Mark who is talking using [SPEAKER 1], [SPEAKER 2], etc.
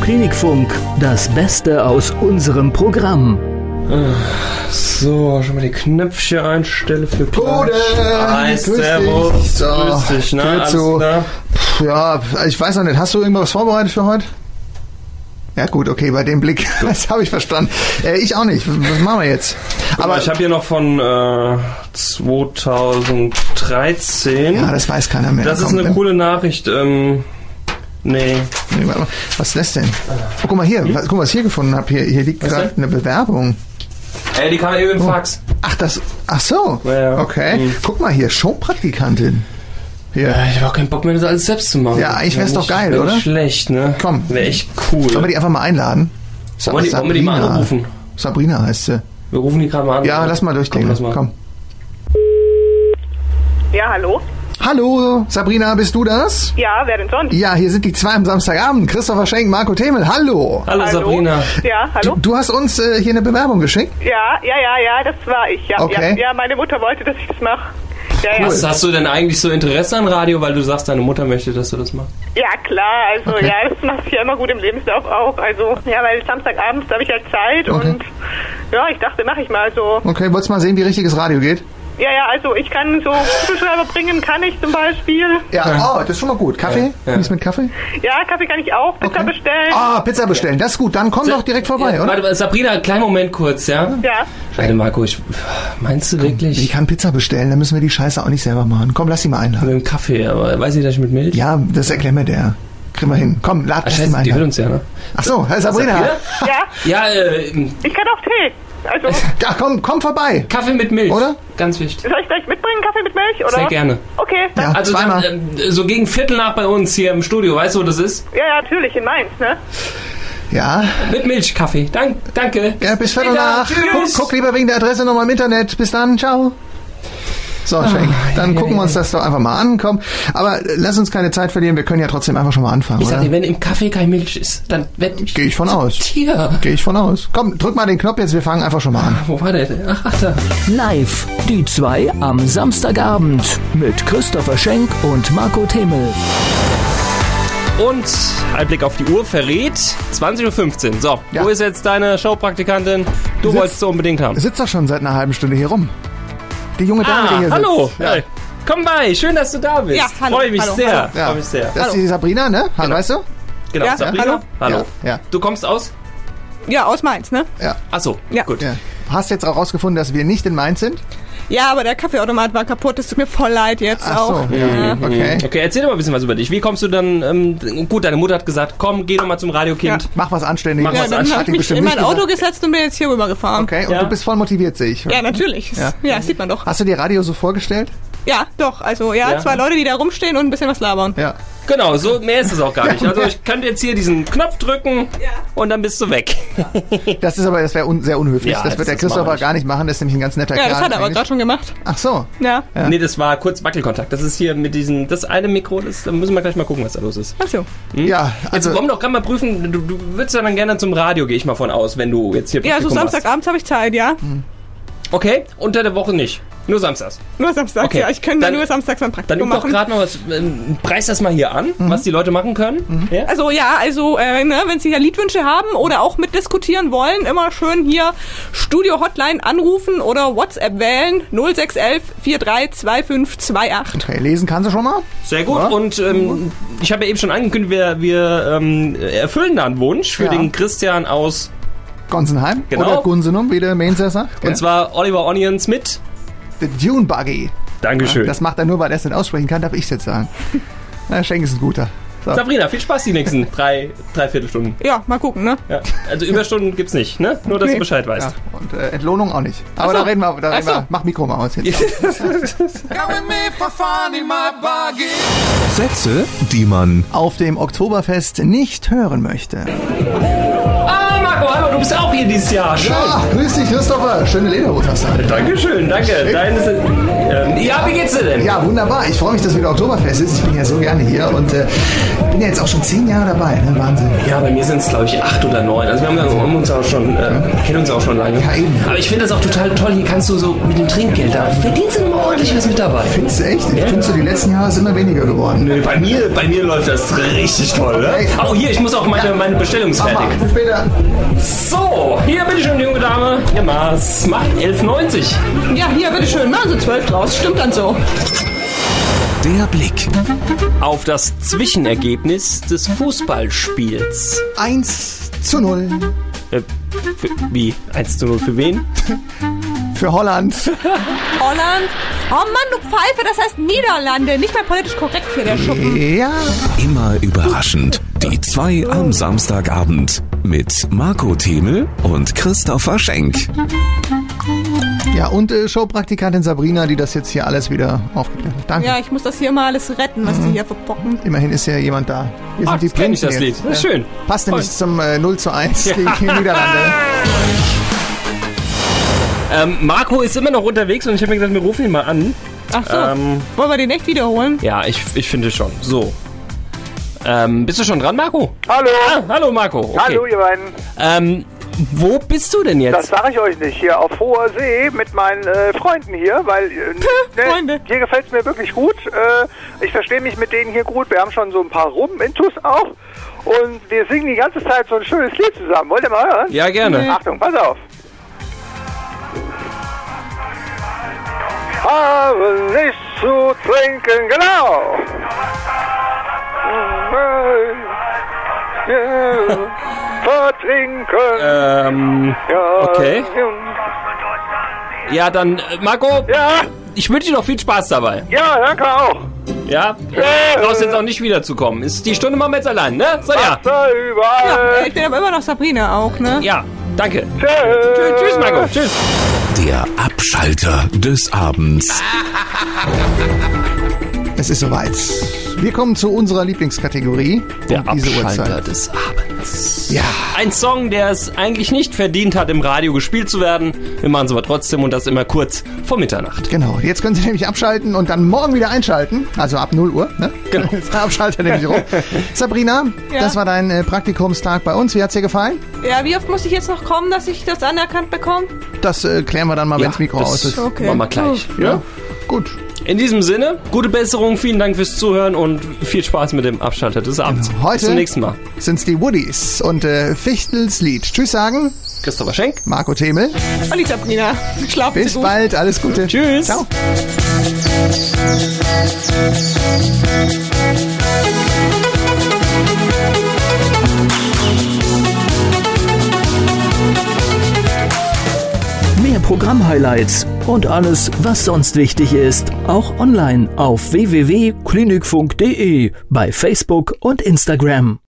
[SPEAKER 1] Klinikfunk, das Beste aus unserem Programm.
[SPEAKER 2] So, schon mal die Knöpfchen einstelle für
[SPEAKER 3] Gute!
[SPEAKER 2] Eis,
[SPEAKER 3] Grüß dich.
[SPEAKER 2] Servus,
[SPEAKER 3] So,
[SPEAKER 2] grüß dich, ne? Alles
[SPEAKER 3] Grüezi.
[SPEAKER 2] klar?
[SPEAKER 3] Puh, Ja, ich weiß noch nicht. Hast du irgendwas vorbereitet für heute? Ja gut, okay, bei dem Blick, das habe ich verstanden. Äh, ich auch nicht. Was machen wir jetzt?
[SPEAKER 2] Aber
[SPEAKER 3] Aber
[SPEAKER 2] ich habe hier noch von äh, 2013.
[SPEAKER 3] ja, das weiß keiner mehr.
[SPEAKER 2] das ist
[SPEAKER 3] Komm,
[SPEAKER 2] eine
[SPEAKER 3] dann-
[SPEAKER 2] coole Nachricht. Ähm, nee.
[SPEAKER 3] Nee, warte mal. Was ist das denn? Oh, guck mal hier, was, guck mal, was ich hier gefunden habe. Hier, hier liegt
[SPEAKER 2] Hm? Was
[SPEAKER 3] gerade
[SPEAKER 2] denn?
[SPEAKER 3] eine Bewerbung.
[SPEAKER 2] Ey, die kam eben
[SPEAKER 3] Oh.
[SPEAKER 2] im Fax.
[SPEAKER 3] Ach das, ach so.
[SPEAKER 2] Ja, ja.
[SPEAKER 3] Okay.
[SPEAKER 2] Mhm.
[SPEAKER 3] Guck mal hier, Showpraktikantin. Hier.
[SPEAKER 2] Äh, Ich habe auch keinen Bock mehr, das alles selbst zu machen.
[SPEAKER 3] Ja, eigentlich wär's
[SPEAKER 2] Wär
[SPEAKER 3] doch
[SPEAKER 2] nicht-
[SPEAKER 3] geil,
[SPEAKER 2] wär
[SPEAKER 3] oder?
[SPEAKER 2] Nicht schlecht, ne?
[SPEAKER 3] Komm.
[SPEAKER 2] Wäre echt cool.
[SPEAKER 3] Sollen wir die einfach mal einladen? Sa-
[SPEAKER 2] wollen, die, wollen wir die mal
[SPEAKER 3] Sabrina.
[SPEAKER 2] anrufen?
[SPEAKER 3] Sabrina heißt sie.
[SPEAKER 2] Wir rufen die gerade mal an.
[SPEAKER 3] Ja, lass mal
[SPEAKER 2] Komm,
[SPEAKER 3] durchgehen.
[SPEAKER 2] lass mal.
[SPEAKER 3] Komm.
[SPEAKER 4] Ja, hallo?
[SPEAKER 3] Hallo, Sabrina, bist du das?
[SPEAKER 4] Ja, wer denn sonst?
[SPEAKER 3] Ja, hier sind die zwei am Samstagabend. Christopher Schenk, Marco Themel. Hallo.
[SPEAKER 2] Hallo, Sabrina.
[SPEAKER 4] Ja, hallo?
[SPEAKER 3] Du, du hast uns äh, hier eine Bewerbung geschickt.
[SPEAKER 4] Ja, ja, ja, ja, das war ich. Ja,
[SPEAKER 3] Okay.
[SPEAKER 4] ja, ja meine Mutter wollte, dass ich das mache. Ja,
[SPEAKER 2] Hast, hast du denn eigentlich so Interesse an Radio, weil du sagst, deine Mutter möchte, dass du das machst?
[SPEAKER 4] ja. ja, klar, also
[SPEAKER 3] Okay.
[SPEAKER 4] ja, das mache ich ja immer gut im Lebenslauf auch. Also, ja, weil Samstagabends habe ich halt Zeit
[SPEAKER 3] Okay.
[SPEAKER 4] und ja, ich dachte, mache ich mal so.
[SPEAKER 3] Okay, wolltest mal sehen, wie richtiges Radio geht?
[SPEAKER 4] Ja, ja, also ich kann so Kugelschreiber bringen, kann ich zum Beispiel.
[SPEAKER 3] Ja, oh, das ist schon mal gut. Kaffee?
[SPEAKER 2] Ja, ja.
[SPEAKER 3] Wie ist mit Kaffee?
[SPEAKER 4] Ja, Kaffee kann ich auch, Pizza bestellen.
[SPEAKER 3] Ah, Pizza bestellen. Das ist gut. Dann komm doch direkt vorbei, oder?
[SPEAKER 2] Warte, mal, Sabrina, kleinen Moment kurz, ja?
[SPEAKER 4] Ja,
[SPEAKER 2] Warte, Marco, ich, meinst du
[SPEAKER 3] Die
[SPEAKER 2] wirklich
[SPEAKER 3] kann Pizza bestellen. Dann müssen wir die Scheiße auch nicht selber machen. Komm, lass sie mal einladen.
[SPEAKER 2] mit dem Kaffee, aber weiß ich nicht mit Milch?
[SPEAKER 3] Ja, das erklären wir der. Kriegen wir hin. Komm, lad
[SPEAKER 2] Ah,
[SPEAKER 3] lass sie mal
[SPEAKER 2] scheiße, die hört
[SPEAKER 3] ein.
[SPEAKER 2] uns ja, ne?
[SPEAKER 3] Ach so, Herr Sabrina.
[SPEAKER 2] Sabrina? Ja,
[SPEAKER 4] ja,
[SPEAKER 2] äh,
[SPEAKER 4] ich kann auch Tee. Also,
[SPEAKER 3] Ja, komm, komm vorbei.
[SPEAKER 2] Kaffee mit Milch.
[SPEAKER 3] Oder?
[SPEAKER 2] Ganz wichtig.
[SPEAKER 4] soll ich gleich mitbringen, Kaffee mit Milch, oder?
[SPEAKER 2] Sehr gerne.
[SPEAKER 4] Okay,
[SPEAKER 3] Ja,
[SPEAKER 4] dann,
[SPEAKER 2] Also
[SPEAKER 3] zweimal.
[SPEAKER 2] dann, ähm, so gegen Viertel nach bei uns hier im Studio, weißt du, wo das ist?
[SPEAKER 4] ja, ja, natürlich, in Mainz, ne?
[SPEAKER 3] ja,
[SPEAKER 2] Mit Milchkaffee. Dank, danke.
[SPEAKER 3] ja, bis Viertel
[SPEAKER 2] Peter,
[SPEAKER 3] nach. Guck,
[SPEAKER 2] tschüss.
[SPEAKER 3] guck lieber wegen der Adresse nochmal im Internet. Bis dann, ciao. So,
[SPEAKER 2] Ah,
[SPEAKER 3] Schenk, dann gucken wir uns das doch einfach mal an. Komm, aber äh, lass uns keine Zeit verlieren. Wir können ja trotzdem einfach schon mal anfangen,
[SPEAKER 2] Ich sag dir,
[SPEAKER 3] oder?
[SPEAKER 2] wenn im Kaffee kein Milch ist, dann werd ich
[SPEAKER 3] Gehe ich von aus.
[SPEAKER 2] Tier.
[SPEAKER 3] Gehe ich von aus. Komm, drück mal den Knopf jetzt. Wir fangen einfach schon mal an.
[SPEAKER 2] Wo war der denn? Ach, da.
[SPEAKER 1] Live, die zwei am Samstagabend mit Christopher Schenk und Marco Themel.
[SPEAKER 2] Und ein Blick auf die Uhr verrät 20.15 Uhr. So,
[SPEAKER 3] Ja.
[SPEAKER 2] wo ist jetzt deine Showpraktikantin? Du
[SPEAKER 3] Sitzt-
[SPEAKER 2] wolltest sie unbedingt haben.
[SPEAKER 3] Sitzt doch schon seit einer halben Stunde hier rum. Die junge Dame, die
[SPEAKER 2] Ah. Ah,
[SPEAKER 3] hier
[SPEAKER 2] hallo.
[SPEAKER 3] sitzt. Ja.
[SPEAKER 2] Hey, Komm bei, schön, dass du da bist.
[SPEAKER 5] Ja, hallo,
[SPEAKER 2] Freue mich
[SPEAKER 5] hallo,
[SPEAKER 2] sehr.
[SPEAKER 5] hallo.
[SPEAKER 3] Ja.
[SPEAKER 2] Freue mich sehr.
[SPEAKER 3] Das ist die Sabrina, ne? Hallo, Weißt du?
[SPEAKER 2] Genau,
[SPEAKER 5] Ja,
[SPEAKER 2] Sabrina.
[SPEAKER 5] hallo.
[SPEAKER 2] hallo.
[SPEAKER 3] Ja, ja.
[SPEAKER 2] Du kommst aus?
[SPEAKER 5] Ja, aus Mainz, ne?
[SPEAKER 2] Achso,
[SPEAKER 5] Ja.
[SPEAKER 2] gut.
[SPEAKER 3] ja. Hast jetzt auch rausgefunden, dass wir nicht in Mainz sind?
[SPEAKER 5] Ja, aber der Kaffeeautomat war kaputt. Es tut mir voll leid jetzt
[SPEAKER 3] Ach
[SPEAKER 5] auch.
[SPEAKER 3] so, ja. Okay.
[SPEAKER 2] Okay, erzähl doch mal ein bisschen was über dich. Wie kommst du dann? Ähm, gut, deine Mutter hat gesagt, komm, geh doch mal zum Radiokind.
[SPEAKER 5] Ja.
[SPEAKER 3] Mach was anständiges.
[SPEAKER 2] Mach
[SPEAKER 5] Ja,
[SPEAKER 2] was
[SPEAKER 5] dann
[SPEAKER 3] Hat
[SPEAKER 5] habe
[SPEAKER 3] die
[SPEAKER 5] ich mich
[SPEAKER 3] bestimmt
[SPEAKER 5] in mein
[SPEAKER 3] nicht
[SPEAKER 5] Auto
[SPEAKER 3] gesagt.
[SPEAKER 5] gesetzt und bin jetzt hier rübergefahren.
[SPEAKER 3] Okay, und
[SPEAKER 2] Ja.
[SPEAKER 3] du bist voll motiviert, sehe ich.
[SPEAKER 5] Ja, natürlich.
[SPEAKER 3] Ja.
[SPEAKER 5] Ja, das sieht man doch.
[SPEAKER 3] Hast du dir Radio so vorgestellt?
[SPEAKER 5] Ja, doch. Also, ja,
[SPEAKER 2] Ja.
[SPEAKER 5] zwei Leute, die da rumstehen und ein bisschen was labern.
[SPEAKER 3] Ja.
[SPEAKER 2] Genau, so mehr ist es auch gar nicht. Also ich könnte jetzt hier diesen Knopf drücken und dann bist du weg.
[SPEAKER 3] Das ist aber, das wäre un sehr unhöflich.
[SPEAKER 2] Ja,
[SPEAKER 3] das
[SPEAKER 2] das-
[SPEAKER 3] wird der
[SPEAKER 2] das machen wir
[SPEAKER 3] Christopher
[SPEAKER 2] nicht.
[SPEAKER 3] gar nicht machen. Das ist nämlich ein ganz netter
[SPEAKER 5] Ja,
[SPEAKER 3] Kerl.
[SPEAKER 5] das hat er aber
[SPEAKER 3] eigentlich.
[SPEAKER 5] gerade schon gemacht.
[SPEAKER 3] Ach so.
[SPEAKER 5] Ja.
[SPEAKER 3] Ja.
[SPEAKER 2] Nee, das war kurz Wackelkontakt. Das ist hier mit diesem, das eine Mikro, das, da müssen wir gleich mal gucken, was da los ist.
[SPEAKER 5] Ach so.
[SPEAKER 3] Ja,
[SPEAKER 2] Also,
[SPEAKER 3] also.
[SPEAKER 2] wollen wir doch gerade mal prüfen, du, du würdest ja dann gerne zum Radio, gehe ich mal von aus, wenn du jetzt hier
[SPEAKER 5] Ja, so
[SPEAKER 2] Praktikum machst.
[SPEAKER 5] Samstagabends habe ich Zeit, ja?
[SPEAKER 3] Hm.
[SPEAKER 2] Okay, unter der Woche nicht. Nur samstags.
[SPEAKER 5] Nur samstags,
[SPEAKER 2] Okay.
[SPEAKER 5] ja. Ich kann
[SPEAKER 2] Dann-
[SPEAKER 5] dann nur samstags mein
[SPEAKER 2] Dann
[SPEAKER 5] Praktikum
[SPEAKER 2] üb doch
[SPEAKER 5] machen. Mhm.
[SPEAKER 2] gerade mal was, ähm, preis das mal hier an, was die Leute machen können. Ja?
[SPEAKER 5] Also ja, also äh, ne, wenn Sie hier Liedwünsche haben oder auch mitdiskutieren wollen, immer schön hier Studio Hotline anrufen oder WhatsApp wählen 0611 432528.
[SPEAKER 3] Okay, lesen kannst du schon mal?
[SPEAKER 2] Sehr gut. Und ähm, ich habe ja eben schon angekündigt, wir, wir ähm, erfüllen da einen Wunsch für
[SPEAKER 3] Ja.
[SPEAKER 2] den Christian aus,
[SPEAKER 3] Gonsenheim
[SPEAKER 2] Genau.
[SPEAKER 3] oder Gunsenum, wie der Mainzer sagt.
[SPEAKER 2] und zwar Oliver Onions mit.
[SPEAKER 3] The Dune Buggy.
[SPEAKER 2] Dankeschön.
[SPEAKER 3] Das macht er nur, weil er es nicht aussprechen kann, darf ich jetzt sagen. Na, Schenk ist ein guter. So.
[SPEAKER 2] Sabrina, viel Spaß die nächsten drei, drei Viertelstunden.
[SPEAKER 5] Ja, mal gucken, ne?
[SPEAKER 2] Ja. Also Überstunden gibt's nicht, ne? Nur, dass du
[SPEAKER 5] Nee.
[SPEAKER 2] Bescheid weißt.
[SPEAKER 3] Ja, und äh, Entlohnung auch nicht. Aber da reden wir, da reden
[SPEAKER 5] Ach so.
[SPEAKER 3] wir. Mach Mikro mal aus jetzt.
[SPEAKER 6] Sätze, die man
[SPEAKER 3] Auf dem Oktoberfest nicht hören möchte.
[SPEAKER 2] Ah, Marco, hallo, du du bist auch hier dieses Jahr. Schön.
[SPEAKER 3] Ja, grüß dich, Christopher. Schöne Lederhose hast du. an.
[SPEAKER 2] Dankeschön, danke. Deine sind, ähm, ja, wie geht's dir denn?
[SPEAKER 3] Ja, wunderbar. Ich freue mich, dass wieder Oktoberfest ist. Ich bin ja so gerne hier und äh, bin ja jetzt auch schon zehn Jahre dabei. Ne? Wahnsinn.
[SPEAKER 2] Ja, bei mir sind es, glaube ich, acht oder neun. Also wir haben, wir haben uns auch schon, äh, kennen uns auch schon lange.
[SPEAKER 3] Ja, eben.
[SPEAKER 2] Aber ich finde das auch total toll. Hier kannst du so mit dem Trinkgeld da verdienst du immer ordentlich was mit dabei.
[SPEAKER 3] Findest du echt? Ich finde so, die letzten Jahre ist immer weniger geworden.
[SPEAKER 2] Nö, Bei mir, bei mir läuft das richtig toll, ne?
[SPEAKER 3] Ey.
[SPEAKER 2] Oh, hier, ich muss auch meine, meine Bestellung ist
[SPEAKER 3] Mach
[SPEAKER 2] fertig.
[SPEAKER 3] mal, bis später.
[SPEAKER 2] So, hier, bitteschön, junge Dame. Ihr Maß macht 11,90.
[SPEAKER 5] Ja, hier, bitteschön, machen Sie zwölf draus. Stimmt dann so.
[SPEAKER 1] Der Blick.
[SPEAKER 2] Auf das Zwischenergebnis des Fußballspiels.
[SPEAKER 3] 1 zu 0
[SPEAKER 2] Äh, für, wie? 1 zu 0 für wen?
[SPEAKER 3] für Holland.
[SPEAKER 5] Holland. Oh Mann, du Pfeife, das heißt Niederlande. Nicht mehr politisch korrekt hier, der Schuppen.
[SPEAKER 3] Ja.
[SPEAKER 6] Immer überraschend. Die zwei am Samstagabend mit Marco Themel und Christopher Schenk.
[SPEAKER 3] Ja, und äh, Showpraktikantin Sabrina, die das jetzt hier alles wieder aufgeklärt hat. Danke. Mhm.
[SPEAKER 5] Ja, ich muss das hier mal alles retten, was die hier verbocken.
[SPEAKER 3] Immerhin ist ja jemand da. Wir sind
[SPEAKER 2] Ah,
[SPEAKER 3] die
[SPEAKER 2] kenn ich
[SPEAKER 3] Prinzen
[SPEAKER 2] das Lied.
[SPEAKER 3] jetzt.
[SPEAKER 2] Das ist schön.
[SPEAKER 3] Passt nämlich
[SPEAKER 2] Voll.
[SPEAKER 3] zum äh, 0 zu 1 gegen die Niederlande.
[SPEAKER 2] Ähm, Marco ist immer noch unterwegs und ich habe mir gedacht, wir rufen ihn mal an.
[SPEAKER 5] Ach so,
[SPEAKER 2] Ähm,
[SPEAKER 5] wollen wir den echt wiederholen?
[SPEAKER 2] ja, ich, ich finde schon. So. Ähm, bist du schon dran, Marco?
[SPEAKER 7] Hallo.
[SPEAKER 2] Ah, hallo, Marco. Okay.
[SPEAKER 7] Hallo, ihr beiden.
[SPEAKER 2] Ähm, wo bist du denn
[SPEAKER 7] Das
[SPEAKER 2] jetzt?
[SPEAKER 7] sage ich euch nicht. Hier auf hoher See mit meinen äh, Freunden hier, weil äh,
[SPEAKER 2] Hm,
[SPEAKER 7] ne,
[SPEAKER 5] Freunde.
[SPEAKER 7] hier gefällt es mir wirklich gut. Äh, ich verstehe mich mit denen hier gut. Wir haben schon so ein paar rum intus auf. Und wir singen die ganze Zeit so ein schönes Lied zusammen. Wollt ihr mal hören?
[SPEAKER 2] Ja, gerne.
[SPEAKER 7] Achtung, pass auf. Haben nichts zu trinken, genau. Vertrinken.
[SPEAKER 2] Ähm,
[SPEAKER 7] Ja.
[SPEAKER 2] Okay. ja, dann, äh, Marco,
[SPEAKER 7] Ja,
[SPEAKER 2] ich wünsche dir noch viel Spaß dabei.
[SPEAKER 7] ja, danke auch.
[SPEAKER 2] Ja? Du brauchst jetzt auch nicht wiederzukommen. Ist die Stunde machen wir jetzt allein, ne? So, ja.
[SPEAKER 7] Wasser
[SPEAKER 5] Ja,
[SPEAKER 7] überall.
[SPEAKER 5] ich bin aber immer noch Sabrina auch, ne?
[SPEAKER 2] Ja, danke.
[SPEAKER 7] Tschö.
[SPEAKER 2] Tschüss, Marco. Tschüss.
[SPEAKER 6] Der Abschalter des Abends.
[SPEAKER 3] Es ist soweit. Wir kommen zu unserer Lieblingskategorie.
[SPEAKER 2] Der
[SPEAKER 3] um diese
[SPEAKER 2] Abschalter
[SPEAKER 3] Uhrzeit.
[SPEAKER 2] des Abends.
[SPEAKER 3] Ja.
[SPEAKER 2] Ein Song, der es eigentlich nicht verdient hat, im Radio gespielt zu werden. Wir machen es aber trotzdem und das immer kurz vor Mitternacht.
[SPEAKER 3] Genau, jetzt können Sie nämlich abschalten und dann morgen wieder einschalten. Also ab 0 Uhr, ne?
[SPEAKER 2] Genau.
[SPEAKER 3] Jetzt der Abschalter nämlich rum. Sabrina,
[SPEAKER 5] Ja?
[SPEAKER 3] das war dein äh, Praktikumstag bei uns. Wie hat's dir gefallen?
[SPEAKER 5] Ja, wie oft muss ich jetzt noch kommen, dass ich das anerkannt bekomme?
[SPEAKER 3] Das äh, klären wir dann mal, wenn's Mikro
[SPEAKER 2] das
[SPEAKER 3] aus ist.
[SPEAKER 5] Okay.
[SPEAKER 2] Machen wir gleich.
[SPEAKER 3] Ja? Gut.
[SPEAKER 2] In diesem Sinne, gute Besserung, vielen Dank fürs Zuhören und viel Spaß mit dem Abschalter des Abends.
[SPEAKER 3] Genau. Heute-
[SPEAKER 2] Bis zum nächsten Mal.
[SPEAKER 3] Sind's die Woodies und äh, Fichtels Lied. Tschüss sagen,
[SPEAKER 2] Christopher Schenk.
[SPEAKER 3] Marco Themel.
[SPEAKER 5] Und die Sabrina. Schlaf
[SPEAKER 3] Bis
[SPEAKER 5] gut.
[SPEAKER 3] bald, alles Gute.
[SPEAKER 2] Tschüss.
[SPEAKER 3] Ciao.
[SPEAKER 1] Mehr Programm-Highlights und alles, was sonst wichtig ist, auch online auf www.klinikfunk.de, bei Facebook und Instagram.